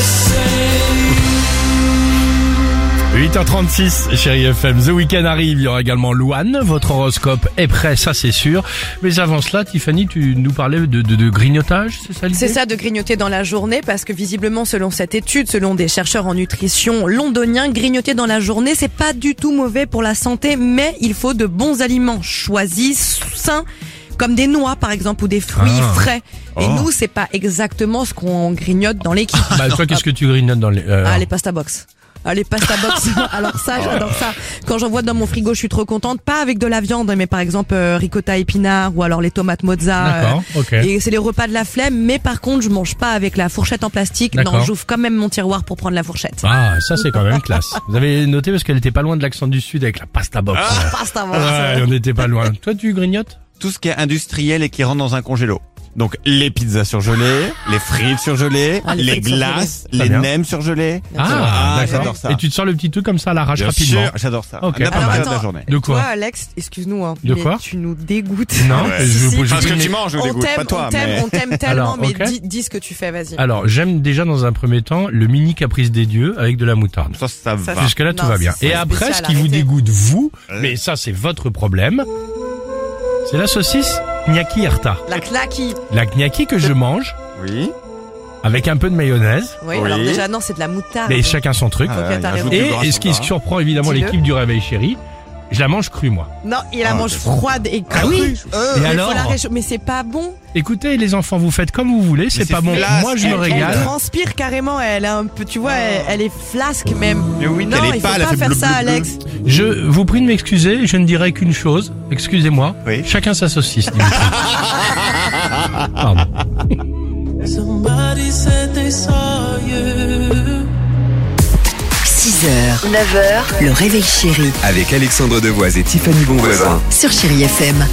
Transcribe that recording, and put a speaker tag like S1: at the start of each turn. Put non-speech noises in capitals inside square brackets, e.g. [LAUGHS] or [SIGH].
S1: same.
S2: 8h36, chérie FM, The Weekend arrive, il y aura également Louane, votre horoscope est prêt, ça c'est sûr. Mais avant cela, Tiffany, tu nous parlais de, de, de grignotage, c'est ça l'idée
S3: C'est ça de grignoter dans la journée parce que visiblement selon cette étude, selon des chercheurs en nutrition londoniens, grignoter dans la journée c'est pas du tout mauvais pour la santé mais il faut de bons aliments choisis, sains comme des noix par exemple ou des fruits
S2: Ah.
S3: frais. Et
S2: Oh.
S3: nous c'est pas exactement ce qu'on grignote dans l'équipe.
S2: Bah toi, qu'est-ce que tu grignotes dans les... euh,
S3: Ah, les pasta box. Ah, les pasta
S2: [LAUGHS]
S3: box. Alors
S2: Oh.
S3: ça, j'adore ça. Quand j'en vois dans mon frigo, je suis trop contente. Pas avec de la viande, mais par exemple euh, ricotta épinard ou alors les tomates mozza. euh,
S2: D'accord, ok.
S3: Et c'est les repas de la flemme, mais par contre, je mange pas avec la fourchette en plastique.
S2: D'accord.
S3: Non, j'ouvre quand même mon tiroir pour prendre la fourchette.
S2: Ah, ça c'est quand même classe. Vous avez noté parce qu'elle était pas loin de l'accent du sud avec la pasta box.
S4: Ah.
S3: Pasta box.
S2: Ouais, on n'était pas loin. Toi, tu grignotes
S4: tout ce qui est industriel et qui rentre dans un congélo. Donc les pizzas surgelées, les frites surgelées,
S3: Ah, les
S4: les,
S3: frites
S4: glaces,
S2: Très
S4: les
S2: bien.
S4: nems surgelés.
S2: Ah, d'accord.
S4: j'adore ça.
S2: Et tu te sors le petit truc comme ça à l'arrache
S4: Bien
S2: rapidement.
S4: sûr, j'adore ça.
S2: Ok.
S4: À n'importe
S3: Alors,
S4: quelle heure de la
S3: attends.
S4: journée.
S2: De
S3: Toi,
S2: quoi
S3: Alex, excuse-nous. Hein,
S2: De
S3: mais
S2: quoi
S3: tu nous dégoûtes.
S2: Non,
S4: Ouais.
S2: je
S3: [LAUGHS]
S2: vous
S3: Si,
S2: pose
S3: si,
S4: Parce
S2: une-
S4: que tu manges, je
S3: on
S4: dégoûte,
S3: t'aime,
S4: pas toi,
S3: on t'aime,
S4: mais
S3: on t'aime tellement,
S2: Alors,
S3: mais
S2: ok.
S3: dis, dis ce que tu fais, vas-y.
S2: Alors, j'aime déjà dans un premier temps le mini caprice des dieux avec de la moutarde.
S4: ça, ça
S3: Ça,
S4: va.
S3: c'est-
S2: Jusque là, tout
S3: Non,
S2: va bien.
S3: c'est-
S2: Et
S3: c'est
S2: après, ce
S3: spécial,
S2: qui vous
S3: arrêtez.
S2: dégoûte, vous,
S4: Bah. Ouais.
S2: mais ça, c'est votre problème. C'est la saucisse gnocchi Arta.
S3: La claquille.
S2: La gnocchi que je mange
S4: Oui. Euh,
S2: avec un peu de mayonnaise.
S3: Oui,
S4: Oui.
S3: alors déjà, non, c'est de la moutarde.
S2: Mais chacun son truc.
S3: Ah,
S4: il y a un
S3: t'as
S4: jour
S2: Et,
S4: de grâce,
S2: et ce qui
S4: ça va.
S2: surprend évidemment
S3: Dis-le.
S2: l'équipe du Réveil Chéri, je la mange crue, moi.
S3: Non, il la
S4: Ah,
S3: mange
S4: c'est
S3: froide et crue.
S2: et
S3: Mais faut
S2: alors
S3: la réchau- Mais c'est pas bon.
S2: Écoutez, les enfants, vous faites comme vous voulez, c'est
S4: c'est
S2: pas bon.
S4: flasque,
S2: Moi, je me
S4: elle
S3: Elle
S2: régale.
S3: transpire carrément, elle a un peu, tu vois, elle, elle est flasque même.
S4: Mais oui,
S3: non,
S4: qu'elle est
S3: il faut
S4: pâle,
S3: pas
S4: elle fait
S3: faire
S4: bleu,
S3: ça,
S4: bleu, bleu.
S3: Alex.
S2: Je vous prie de m'excuser, je ne dirai qu'une chose. Excusez-moi.
S4: Oui.
S2: Chacun sa saucisse,
S4: [LAUGHS]
S2: Dimitri. Pardon.
S1: Somebody said they saw you.
S5: 6h, 9h, le réveil chéri
S6: Avec Alexandre Devoise et Tiffany Bonvoisin.
S5: sur Chéri FM.